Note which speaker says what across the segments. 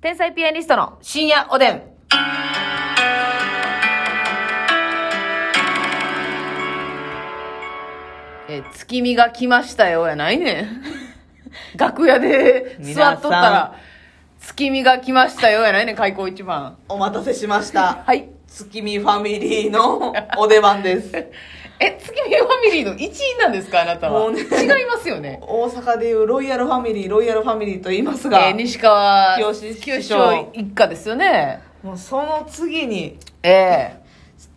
Speaker 1: 天才ピアニストの深夜おでん。え、月見が来ましたよやないねん。 楽屋で座っとったら、月見が来ましたよやないねん、開口一番。
Speaker 2: お待たせしました。
Speaker 1: はい。
Speaker 2: 月見ファミリーのお出番です。
Speaker 1: え、月見ファミリーの一員なんですかあなた
Speaker 2: も
Speaker 1: は。
Speaker 2: うね
Speaker 1: 違いますよね。
Speaker 2: 大阪でいうロイヤルファミリー、ロイヤルファミリーと言います が、
Speaker 1: えー西川
Speaker 2: 清志師匠
Speaker 1: 清志師匠一家ですよね。
Speaker 2: もうその次に
Speaker 1: え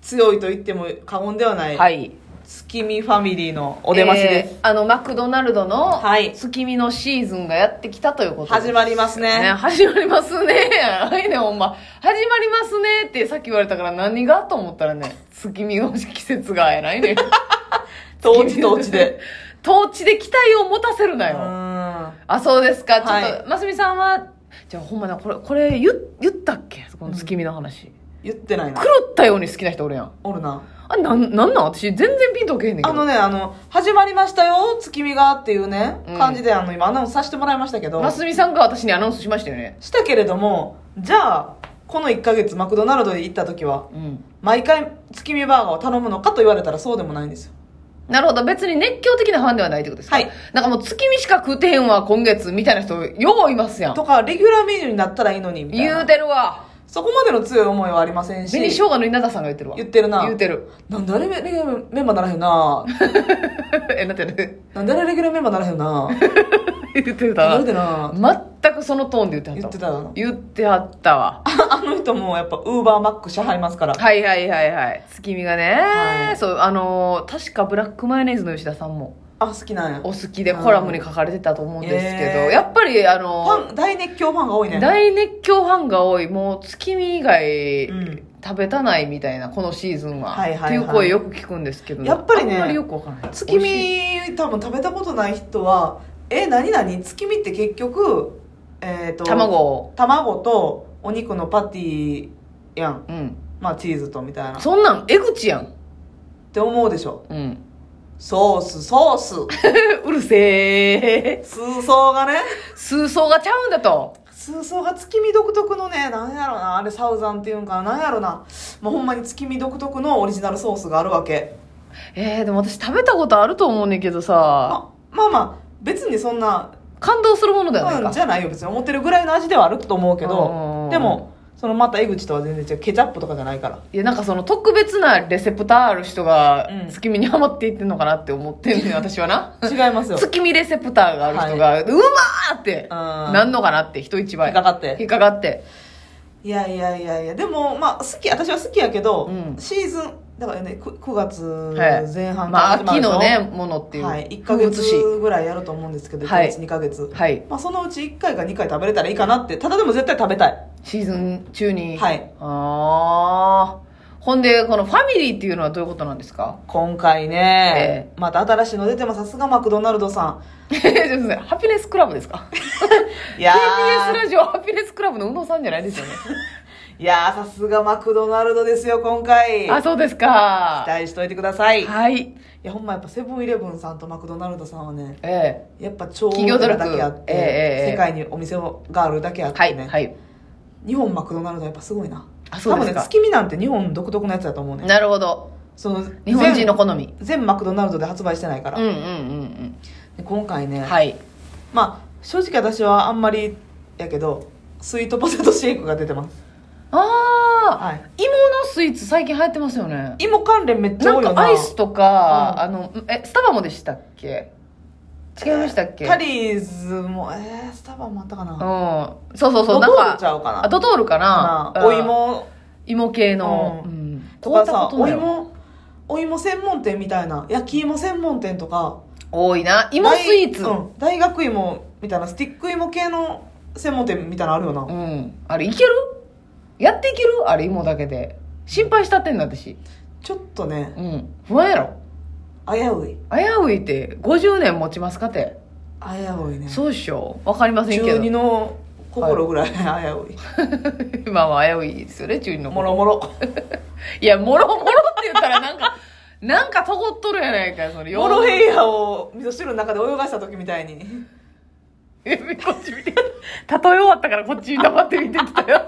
Speaker 2: 強いと言っても過言ではな
Speaker 1: え
Speaker 2: い、
Speaker 1: はい。
Speaker 2: 月見ファミリーのお出ましです。
Speaker 1: えーあの、マクドナルドの
Speaker 2: はい
Speaker 1: 月見のシーズンがやってきたということです
Speaker 2: 始まりますね
Speaker 1: ね、始まりますね。 はいね、ほんま。始まりますねってさっき言われたから何がと思ったらね、月見の季節が偉いね。
Speaker 2: 当地当地で。。
Speaker 1: 当地で期待を持たせるな
Speaker 2: う
Speaker 1: よ。
Speaker 2: ーん
Speaker 1: あ、そうですか。ちょっと、
Speaker 2: はい
Speaker 1: ますみさんは、じゃあほんまな、これ、これ言言ったっけこの月見の話。
Speaker 2: 言ってないな
Speaker 1: 狂。ったように好きな人おるやん。
Speaker 2: おるな。
Speaker 1: あ、なん、なんなん私全然ピンとけへんねんけど。
Speaker 2: あのね、あの、始まりましたよ、月見がっていうね、
Speaker 1: うん
Speaker 2: 感じで、あの、今アナウンスさせてもらいましたけど、
Speaker 1: ますみさんが私にアナウンスしましたよね。
Speaker 2: したけれども、じゃあ、この1ヶ月マクドナルドに行った時は、
Speaker 1: うん。
Speaker 2: 毎回月見バーガーを頼むのかと言われたらそうでもないんですよ。
Speaker 1: なるほど。別に熱狂的なファンではないってことですか
Speaker 2: はい。
Speaker 1: なんかもう月見しか食うてへんわ、今月、みたいな人、よういますやん
Speaker 2: と。か、レギュラーメニューになったらいいのに、みたい
Speaker 1: 言
Speaker 2: な
Speaker 1: う。てるわ。
Speaker 2: そこまでの強い思いはありません
Speaker 1: 紅生
Speaker 2: し、
Speaker 1: 姜の稲田さんが言ってるわ。
Speaker 2: 言ってるな
Speaker 1: 言うてる。
Speaker 2: なんであれレギュラーメンバーならへんな
Speaker 1: え、なんて ね。
Speaker 2: なんであれレギュラーメンバーならへん な
Speaker 1: 言ってた
Speaker 2: な
Speaker 1: わ
Speaker 2: んで。な
Speaker 1: 全くそのトーンで言って
Speaker 2: 言
Speaker 1: は
Speaker 2: っ
Speaker 1: ってた
Speaker 2: た
Speaker 1: わ。
Speaker 2: な。
Speaker 1: 言ってはったわ。
Speaker 2: ああの人もやっぱ、ウーバーマック支払いますから。
Speaker 1: はいはいはいはい。月見がね、
Speaker 2: はい
Speaker 1: そう、あのー確かブラックマヨネーズの吉田さんも
Speaker 2: あ、好きなんや。
Speaker 1: お好きでコラムに書かれてたと思うんですけど、
Speaker 2: うん
Speaker 1: やっぱりあ
Speaker 2: フ
Speaker 1: のー
Speaker 2: ァン、大熱狂ファンが多いね。
Speaker 1: 大熱狂ファンが多いもう月見以外
Speaker 2: うん
Speaker 1: 食べたないみたいなこのシーズンは,、
Speaker 2: はいはいはい
Speaker 1: っていう声よく聞くんですけど
Speaker 2: やっぱりね
Speaker 1: あんまりよくわからない
Speaker 2: 月
Speaker 1: 美味しい
Speaker 2: 見多分食べたことない人はえ何何月見って結局えっ、と
Speaker 1: 卵を
Speaker 2: 卵とお肉のパティやん
Speaker 1: うん
Speaker 2: まあチーズとみたいなっ
Speaker 1: そんなん江口やん
Speaker 2: て思うでしょ
Speaker 1: うん
Speaker 2: ソースソ ー
Speaker 1: うるせえ
Speaker 2: ス数層がね
Speaker 1: 数層がちゃうんだと
Speaker 2: 数層が月見独特のね何やろなあれサウザンっていうんかな何やろなもうほんまに月見独特のオリジナルソースがあるわけ
Speaker 1: えー、でも私食べたことあると思うねんけどさ
Speaker 2: ままあまあ別にそんな
Speaker 1: 感動するものだよね
Speaker 2: うん、じゃないよ別に思ってるぐらいの味ではあると思うけ
Speaker 1: うん
Speaker 2: どでもそのまた江口とは全然違うケチャップとかじゃないから
Speaker 1: いやなんかその特別なレセプターある人が
Speaker 2: うん
Speaker 1: 月見にハマっていってんのかなって思ってん ねん私はな
Speaker 2: 違いますよ
Speaker 1: 月見レセプターがある人が、うまーってなんのかなって人一
Speaker 2: 引
Speaker 1: 倍
Speaker 2: っかかって
Speaker 1: 引っかかって
Speaker 2: いやいやいやいやでもまあ好き私は好きやけど、
Speaker 1: うん
Speaker 2: シーズンだからね 9, 月
Speaker 1: はい
Speaker 2: 前半
Speaker 1: まあ
Speaker 2: 始ま
Speaker 1: 秋
Speaker 2: ると
Speaker 1: のねものっていう
Speaker 2: はい、
Speaker 1: 風
Speaker 2: 1か
Speaker 1: 物
Speaker 2: 月
Speaker 1: 詩
Speaker 2: ぐらいやると思うんですけど1
Speaker 1: は
Speaker 2: か
Speaker 1: い
Speaker 2: 月2か月、
Speaker 1: はい
Speaker 2: まあ、そのうち1回か2回食べれたらいいかなってただでも絶対食べたい
Speaker 1: シーズン中に
Speaker 2: はい
Speaker 1: ああほんでこのファミリーっていうのはどういうことなんですか
Speaker 2: 今回ね、また新しいの出てもさすがマクドナルドさ
Speaker 1: ちょっとねハピネスクラブですか
Speaker 2: んいや
Speaker 1: TBS
Speaker 2: ー
Speaker 1: ラジオハピネスクラブの宇野さんじゃないですよね
Speaker 2: いやーさすがマクドナルドですよ今回
Speaker 1: あそうです
Speaker 2: 期
Speaker 1: か
Speaker 2: 待しといてくださいい
Speaker 1: はい
Speaker 2: やほんまやっぱセブンイレブンさんとマクドナルドさんはね
Speaker 1: え
Speaker 2: やっぱ超
Speaker 1: 企業努力
Speaker 2: だけあって、
Speaker 1: ええええ
Speaker 2: 世界にお店があるだけあっ
Speaker 1: えは
Speaker 2: て
Speaker 1: い
Speaker 2: ね、
Speaker 1: はい
Speaker 2: 日本マクドナルドやっぱすごいな
Speaker 1: あそうですか
Speaker 2: 多分ね月見なんて日本独特のやつだと思うね
Speaker 1: なるほど
Speaker 2: その
Speaker 1: 日本人の
Speaker 2: 全
Speaker 1: 好み
Speaker 2: 全マクドナルドで発売してないか
Speaker 1: う
Speaker 2: ら、
Speaker 1: んうんうん
Speaker 2: で今回ね、
Speaker 1: うんはい
Speaker 2: まあ正直私はあんまりやけどスイートポテトシェイクが出てます、
Speaker 1: ああ
Speaker 2: はい、
Speaker 1: 芋のスイーツ最近流行ってますよね
Speaker 2: 芋関連めっち
Speaker 1: な
Speaker 2: ゃ多
Speaker 1: ん
Speaker 2: いよな
Speaker 1: かアイスとか、
Speaker 2: うん
Speaker 1: あのえスタバもでしたっけ違いましたっけ、
Speaker 2: タリーズもえー、スタバもあったかな
Speaker 1: うんそうそうそうなん
Speaker 2: ドトールち
Speaker 1: か
Speaker 2: ゃうかな
Speaker 1: あドトールかな
Speaker 2: かなお芋
Speaker 1: 芋系の、う
Speaker 2: うんとかさ
Speaker 1: 凍ったこと
Speaker 2: お
Speaker 1: ないわ
Speaker 2: 芋お芋専門店みたいな焼き芋専門店とか
Speaker 1: 多いな芋スイーツ
Speaker 2: 大,、うん、大学芋みたいなスティック芋系の専門店みたいなのあるよな、
Speaker 1: うん、あれいけるやっていけるあれ芋だけで心配したってんだ私
Speaker 2: ちょっとね
Speaker 1: うん不安やろ
Speaker 2: 危うい
Speaker 1: 危ういって50年持ちますかって、
Speaker 2: 危ういね
Speaker 1: そうっしょわかりませんけ
Speaker 2: 中二
Speaker 1: ど
Speaker 2: の心ぐらい危うい、
Speaker 1: まあまあ危ういですよね中二の
Speaker 2: もろもろ
Speaker 1: いや、もろもろって言ったらなんか、 なんかとごっとるやないか、それ。
Speaker 2: モロヘイヤを味噌汁の中で泳がした時みたいに
Speaker 1: えこっち見て例え終わったからこっちに黙って見てきたよ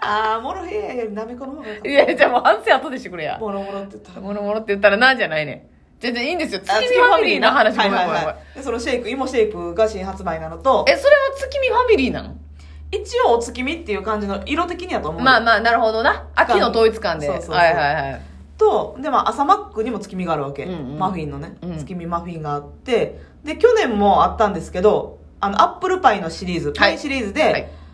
Speaker 2: ああもろへやなめこの方がよかっ た
Speaker 1: いやじゃあもう反省後でしてくれや
Speaker 2: もろもろって言ったら
Speaker 1: もろもろって言ったらなじゃないね全然いいんですよ月見ファミリーの話ご
Speaker 2: は
Speaker 1: め
Speaker 2: い
Speaker 1: んご
Speaker 2: は
Speaker 1: めんごめ
Speaker 2: い
Speaker 1: ん
Speaker 2: はいでそのシェイク芋シェイクが新発売なのと
Speaker 1: えそれは月見ファミリーなの
Speaker 2: 一応お月見っていう感じの色的にはと思う
Speaker 1: まあまあなるほどな秋の統一感で
Speaker 2: そうそうそう
Speaker 1: はいはいはい
Speaker 2: とで、まあ、朝マックにも月見があるわけ、
Speaker 1: うんうん
Speaker 2: マフィンのね、
Speaker 1: うん
Speaker 2: 月見マフィンがあってで去年もあったんですけどあのアップルパイのシリーズパイシリーズで、
Speaker 1: はい
Speaker 2: えー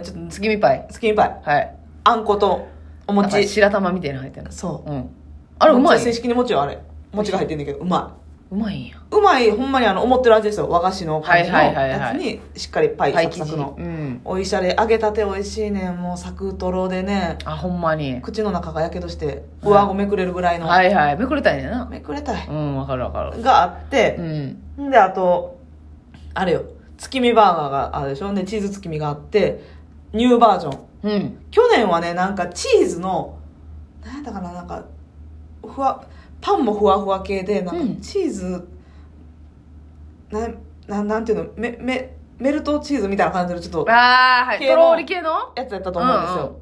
Speaker 2: ちょっ
Speaker 1: 月見パイ
Speaker 2: と月見パイ
Speaker 1: はい
Speaker 2: あんことお
Speaker 1: なんか
Speaker 2: 餅
Speaker 1: 白玉みたいなの入ってる
Speaker 2: そう
Speaker 1: うんあれうま
Speaker 2: 餅正
Speaker 1: い
Speaker 2: 式に餅はあれ餅が入ってんだけどうまいう
Speaker 1: まいんや
Speaker 2: うまいほんまにあの思ってる味ですよ和菓子の感じの
Speaker 1: はいはいはい
Speaker 2: や
Speaker 1: は
Speaker 2: つ
Speaker 1: い
Speaker 2: にしっかりパイ
Speaker 1: パ
Speaker 2: サ
Speaker 1: イ
Speaker 2: ク
Speaker 1: 生
Speaker 2: サ
Speaker 1: 地
Speaker 2: クの
Speaker 1: うん
Speaker 2: おいしゃれ揚げたておいしいねんもうサクトロでね
Speaker 1: あほんまに
Speaker 2: 口の中がやけどして上顎めくれるぐらいの、
Speaker 1: はいはいめくれたんやな
Speaker 2: めくれたい
Speaker 1: うんわかるわかる
Speaker 2: があって
Speaker 1: う、ん
Speaker 2: んであとあれよ月見バーガーがあるでしょでチーズ月見があってニューバージョ
Speaker 1: う
Speaker 2: ン
Speaker 1: ん
Speaker 2: 去年はねなんかチーズの何やったかななんかふわパンもふわふわ系でな
Speaker 1: うんん
Speaker 2: かチーズ、なん、なんなんていうのメメメルトチーズみたいな感じのちょっと
Speaker 1: ああはい
Speaker 2: 系の
Speaker 1: とろーり系の
Speaker 2: やつやったと思うんですよ、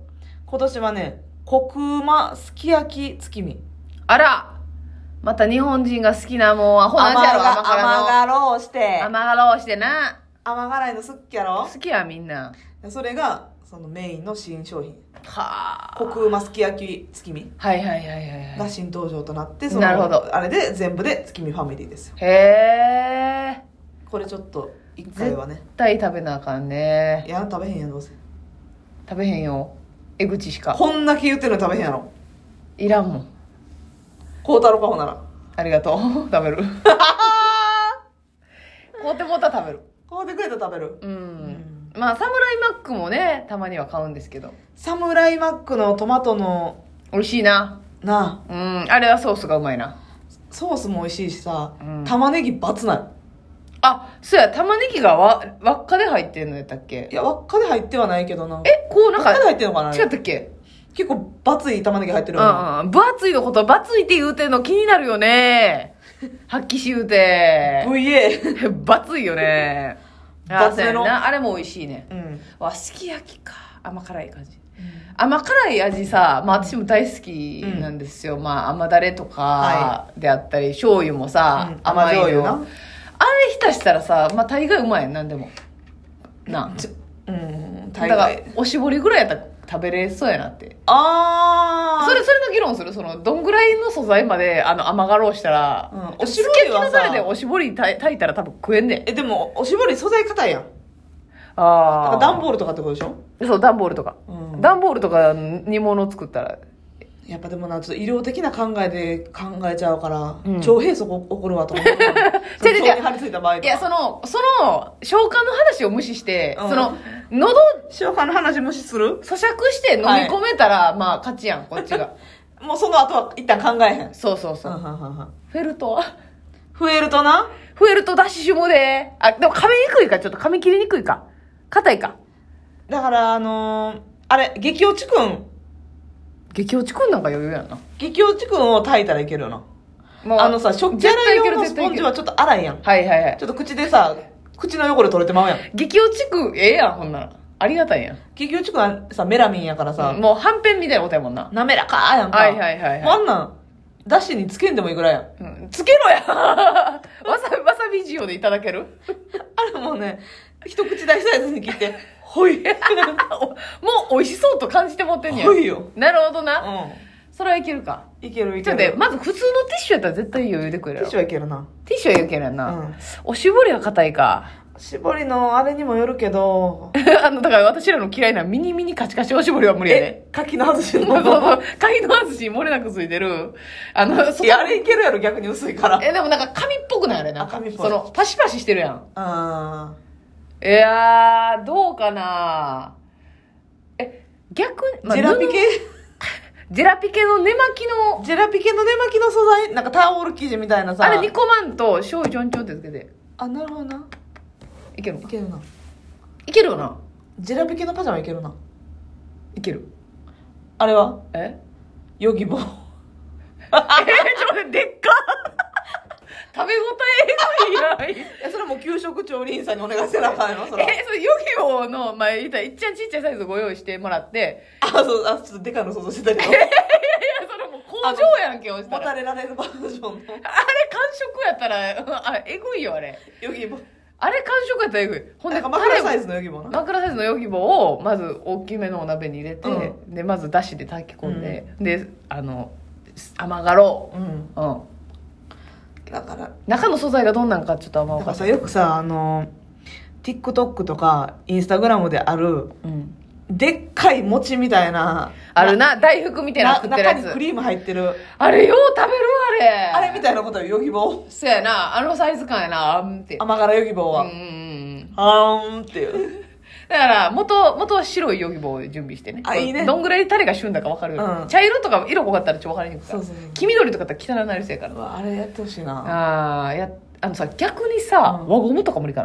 Speaker 2: 今年はねコクマすき焼き月見
Speaker 1: あらまた日本人が好きなもうアホな味やろ
Speaker 2: が甘
Speaker 1: 辛
Speaker 2: がろうして
Speaker 1: の甘辛をしてな
Speaker 2: 甘辛いの好きやろ
Speaker 1: 好きやみんな
Speaker 2: それがそのメインの新商品
Speaker 1: はあ
Speaker 2: コクうますき焼き月見
Speaker 1: はいはいはいはいは
Speaker 2: が
Speaker 1: い
Speaker 2: 新登場となってその
Speaker 1: なるほど
Speaker 2: あれで全部で月見ファミリーですよ
Speaker 1: へえ
Speaker 2: これちょっと一回はね
Speaker 1: 絶対食べなあかんね
Speaker 2: いや食べへんやんどうせ
Speaker 1: 食べへんよ江口しか
Speaker 2: こんだけ言ってるの食べへんやろ
Speaker 1: いらんもん
Speaker 2: 孝太郎かほなら
Speaker 1: ありがとう 食べる買うてもうたら食べる
Speaker 2: 買うてくれたら食べる
Speaker 1: うん、まあサムライマックもねたまには買うんですけど
Speaker 2: サムライマックのトマトの
Speaker 1: 美味しいな
Speaker 2: な
Speaker 1: うんあれはソースがうまいな
Speaker 2: あソースも美味しいしさ、
Speaker 1: うん
Speaker 2: 玉ねぎバツない
Speaker 1: あそうや玉ねぎがわ輪っかで入ってんのやったっけ
Speaker 2: いや輪っかで入ってはないけどな
Speaker 1: えこうなん
Speaker 2: 輪っかで
Speaker 1: か
Speaker 2: 入ってんのかなあれ
Speaker 1: 違ったっけ
Speaker 2: 結構バツい玉ねぎ入って
Speaker 1: う
Speaker 2: る
Speaker 1: ん
Speaker 2: よな
Speaker 1: うん分厚いのこと分厚いって言うてんの気になるよね発揮し言うて
Speaker 2: VA
Speaker 1: バツいよね。
Speaker 2: バ
Speaker 1: あ
Speaker 2: ツ
Speaker 1: そうや
Speaker 2: の
Speaker 1: なあれも美味しいね。
Speaker 2: うん
Speaker 1: わ、すき焼きか。甘辛い感じ。甘辛い味さ、まあ私も大好きなんですよ。まあ甘だれと
Speaker 2: は
Speaker 1: かであったり、醤油もさ、
Speaker 2: うん
Speaker 1: 甘いの
Speaker 2: 甘醤油な
Speaker 1: あれ浸したらさ、まあ大概うまいやん、なんでも。な
Speaker 2: ちょうん
Speaker 1: だか
Speaker 2: 大
Speaker 1: ら
Speaker 2: 概、
Speaker 1: おしぼりぐらいやったら食べれそうやなって。
Speaker 2: あー
Speaker 1: それ、それの議論するその、どんぐらいの素材まで、あの、甘辛うしたら、
Speaker 2: うんお
Speaker 1: おし
Speaker 2: しぼ
Speaker 1: ぼ
Speaker 2: り
Speaker 1: り
Speaker 2: はさ
Speaker 1: のタレでおしぼり炊い炊いたら多分食えんね
Speaker 2: えでもおしぼり素材硬いやんだか
Speaker 1: あ
Speaker 2: ら段ボールとかってことでしょ、
Speaker 1: そう、段ボールとか。
Speaker 2: うん
Speaker 1: 段ボールとか煮物作ったら。
Speaker 2: やっぱでもなちょっと医療的な考えで考えちゃうから、
Speaker 1: うん
Speaker 2: 腸閉塞起こるわと思って そ
Speaker 1: 違う違う
Speaker 2: の腸に張り付いた場合と
Speaker 1: い
Speaker 2: か
Speaker 1: や、その、その、消化の話を無視して、
Speaker 2: うん
Speaker 1: その、喉、
Speaker 2: 消化の話無視する
Speaker 1: 咀嚼して飲み込めたら、まあ、勝ちやん、こっちが。
Speaker 2: もうその後は一旦考えへ ん、
Speaker 1: そうそうそう。フェルトは
Speaker 2: 増えるとな
Speaker 1: フェルト脱脂ュで。あ、でも噛みにくいか、ちょっと噛み切りにくいか。硬いか。
Speaker 2: だからあのーあれ激落ちくん
Speaker 1: 激落ちくんなんか余裕やんな。
Speaker 2: 激落ちくんを炊いたらいけるよな
Speaker 1: も
Speaker 2: あのさ食器洗い用のスポンジは
Speaker 1: 絶
Speaker 2: ちょっと荒いやんち
Speaker 1: 対いける。はいはいは
Speaker 2: ょっ
Speaker 1: い。
Speaker 2: と口でさ口の汚れ取れてまうやん
Speaker 1: 激落ちくん、ええやん、ほんなら。ありがたいやん。
Speaker 2: 激落ちくんはさメラミンやからさ、
Speaker 1: もう、はんぺんみたいなことやもんな。
Speaker 2: 滑らかやんか
Speaker 1: はいはいはいはい
Speaker 2: もうあんなんだしにつけんでもいいぐらいやん
Speaker 1: うんつけろや わさび、わさび塩でいただける
Speaker 2: あれもうね、一口大サイズに切って、 ほい。
Speaker 1: おもう美味しそうと感じてもってんねや
Speaker 2: ほ。いよ。
Speaker 1: なるほどな。
Speaker 2: う
Speaker 1: それはいけるか。
Speaker 2: ん。いけるい
Speaker 1: ちょ
Speaker 2: け
Speaker 1: っと待って
Speaker 2: る。
Speaker 1: まず普通のティッシュやったら絶対余裕でくれ
Speaker 2: テ
Speaker 1: る
Speaker 2: ィッシュはいけるな。
Speaker 1: ティッシュはいけるやん
Speaker 2: う
Speaker 1: な、
Speaker 2: ん。
Speaker 1: おしぼりは硬いか。
Speaker 2: 絞りのあれにもよるけど、
Speaker 1: あの、だから私らの嫌いなミニミニカチカチおしぼりは無理やね。
Speaker 2: え、柿の外し
Speaker 1: そうそう
Speaker 2: の。
Speaker 1: そう。カイノア寿司漏れなくついてる。あの、そ
Speaker 2: いや、あれいけるやろ、逆に薄い から。
Speaker 1: え、でもなんか紙っぽくないあれな
Speaker 2: あ
Speaker 1: んか。
Speaker 2: 紙っぽい
Speaker 1: その、パシパシしてるやん。
Speaker 2: あ
Speaker 1: いやー、どうかなえ、逆に、
Speaker 2: ージェラピ
Speaker 1: 布
Speaker 2: ケ、
Speaker 1: ジェラピケの寝巻きの、
Speaker 2: ジェラピケの寝巻きの素材、なんかタオル生地みたいなさ。
Speaker 1: あれ2個マンと醤油ちょんちょんってつけて。
Speaker 2: あ、なるほどな。
Speaker 1: いけるの
Speaker 2: い
Speaker 1: か
Speaker 2: けるな。
Speaker 1: いけるよな
Speaker 2: ジェラピケのパジャマいけるな。
Speaker 1: いける。
Speaker 2: あれは
Speaker 1: え
Speaker 2: ヨギボー。
Speaker 1: えちょっと待って、でっか 食べ応えエグいやん
Speaker 2: いやそれもう給食調理員さんにお願いせなあかんやろそれ
Speaker 1: え、それ、ヨギョの、まあ、言ったら、いっちゃんちっちゃいサイズご用意してもらって、
Speaker 2: あそうあちょっとでかいの想像してたけど
Speaker 1: いやいや、それもう工場やんけ、 押した
Speaker 2: も
Speaker 1: ら。あ
Speaker 2: た
Speaker 1: れ、
Speaker 2: れられるバージョンの
Speaker 1: 完食やったら、あ、えぐいよ、あれ。
Speaker 2: ヨギボー
Speaker 1: あれ、完食やったらえぐい。ほんで、
Speaker 2: なんか枕
Speaker 1: タ
Speaker 2: サ
Speaker 1: レ
Speaker 2: イズのヨギボーな
Speaker 1: 枕サイズのヨギボーを、まず、大きめのお鍋に入れて、
Speaker 2: う
Speaker 1: で、まず、だしで炊き込んで、で、あの、甘がろ
Speaker 2: うん
Speaker 1: う。うん。
Speaker 2: だから
Speaker 1: 中の素材がどんなんか、ちょっと甘お
Speaker 2: だか
Speaker 1: からしい
Speaker 2: さよくさあの TikTok とかインスタグラムである
Speaker 1: うん。
Speaker 2: でっかい餅みたいな
Speaker 1: あるな、大福みたいな
Speaker 2: な
Speaker 1: の食ってる
Speaker 2: 中
Speaker 1: や
Speaker 2: にク
Speaker 1: つ。
Speaker 2: リーム入ってる
Speaker 1: あれ、よう食べるわ、あれ。
Speaker 2: あれみ
Speaker 1: い。
Speaker 2: たいなことよヨギボー
Speaker 1: そうやな、あのサイズ感やな、あんって。
Speaker 2: 甘辛ヨギボー
Speaker 1: うんう
Speaker 2: は
Speaker 1: んうん。
Speaker 2: あーんっていう
Speaker 1: だから、元、元は白いヨギボーを準備してね。
Speaker 2: あいいね
Speaker 1: どんぐらい誰が旬だか分かるように、
Speaker 2: うん
Speaker 1: 茶色とか色濃かったらちょっと分かりにくいか
Speaker 2: そ
Speaker 1: ら。
Speaker 2: うそうそう
Speaker 1: 黄緑とかだったら汚なるせやか
Speaker 2: う
Speaker 1: ら。
Speaker 2: わあれやってほしいな
Speaker 1: ああ、や、あのさ、逆にさ、
Speaker 2: うん
Speaker 1: 輪ゴムとか無理か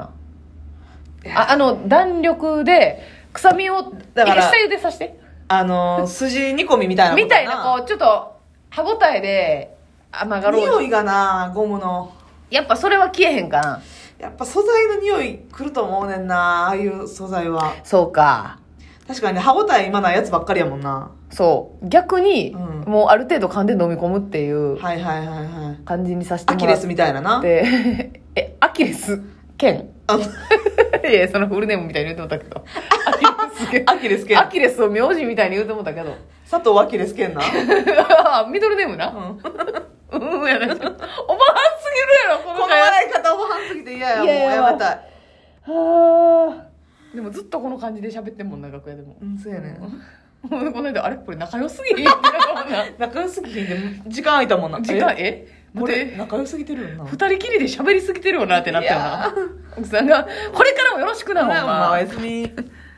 Speaker 2: い
Speaker 1: な。あ、あの、弾力で、臭みを、
Speaker 2: だから
Speaker 1: 下茹でさして。
Speaker 2: あのー、筋煮込みみたいなこと
Speaker 1: みたいな、こう、ちょっと、歯応えで、甘がろう。
Speaker 2: 匂いがなゴムの
Speaker 1: やっぱそれは消えへんかな。
Speaker 2: やっぱ素材の匂いくると思うねんなああいう素材は
Speaker 1: そうか。
Speaker 2: 確かに歯応え今ないやつばっかりやもんな
Speaker 1: そう。逆に、
Speaker 2: うん
Speaker 1: もうある程度噛んで飲み込むっていう
Speaker 2: はいはいはいはい
Speaker 1: 感じにさせて
Speaker 2: ア
Speaker 1: もら
Speaker 2: キ
Speaker 1: って
Speaker 2: レスみたいなな
Speaker 1: で、え、アキレス剣
Speaker 2: あの
Speaker 1: いや、そのフルネームみたいに言うてもたけど。アキレス剣
Speaker 2: アキレス
Speaker 1: ア
Speaker 2: 腱
Speaker 1: キレスを名字みたいに言うてもたけど。
Speaker 2: 佐藤アキレス腱な
Speaker 1: あミドルネームな。
Speaker 2: うんこ
Speaker 1: うん、やな。おばはんすぎるやろ、こ
Speaker 2: の
Speaker 1: の会話。
Speaker 2: 笑い方おばはんすぎて嫌や
Speaker 1: いやいや
Speaker 2: もうやめたい
Speaker 1: はーでもずっとこの感じで喋ってんもんな、楽屋でも
Speaker 2: う。んそうやねん
Speaker 1: もうこの間、あれこれ仲良すぎんってなったもんな
Speaker 2: 仲良すぎて時間空いたもんな
Speaker 1: 時間、
Speaker 2: え
Speaker 1: え
Speaker 2: こ
Speaker 1: 待
Speaker 2: れ
Speaker 1: て、
Speaker 2: 仲良すぎてるよな
Speaker 1: 二人きりで喋りすぎてるよなってなったよ
Speaker 2: いや
Speaker 1: な。奥さんが、これからもよろしくな、ほん
Speaker 2: まあお
Speaker 1: ま。
Speaker 2: やすみ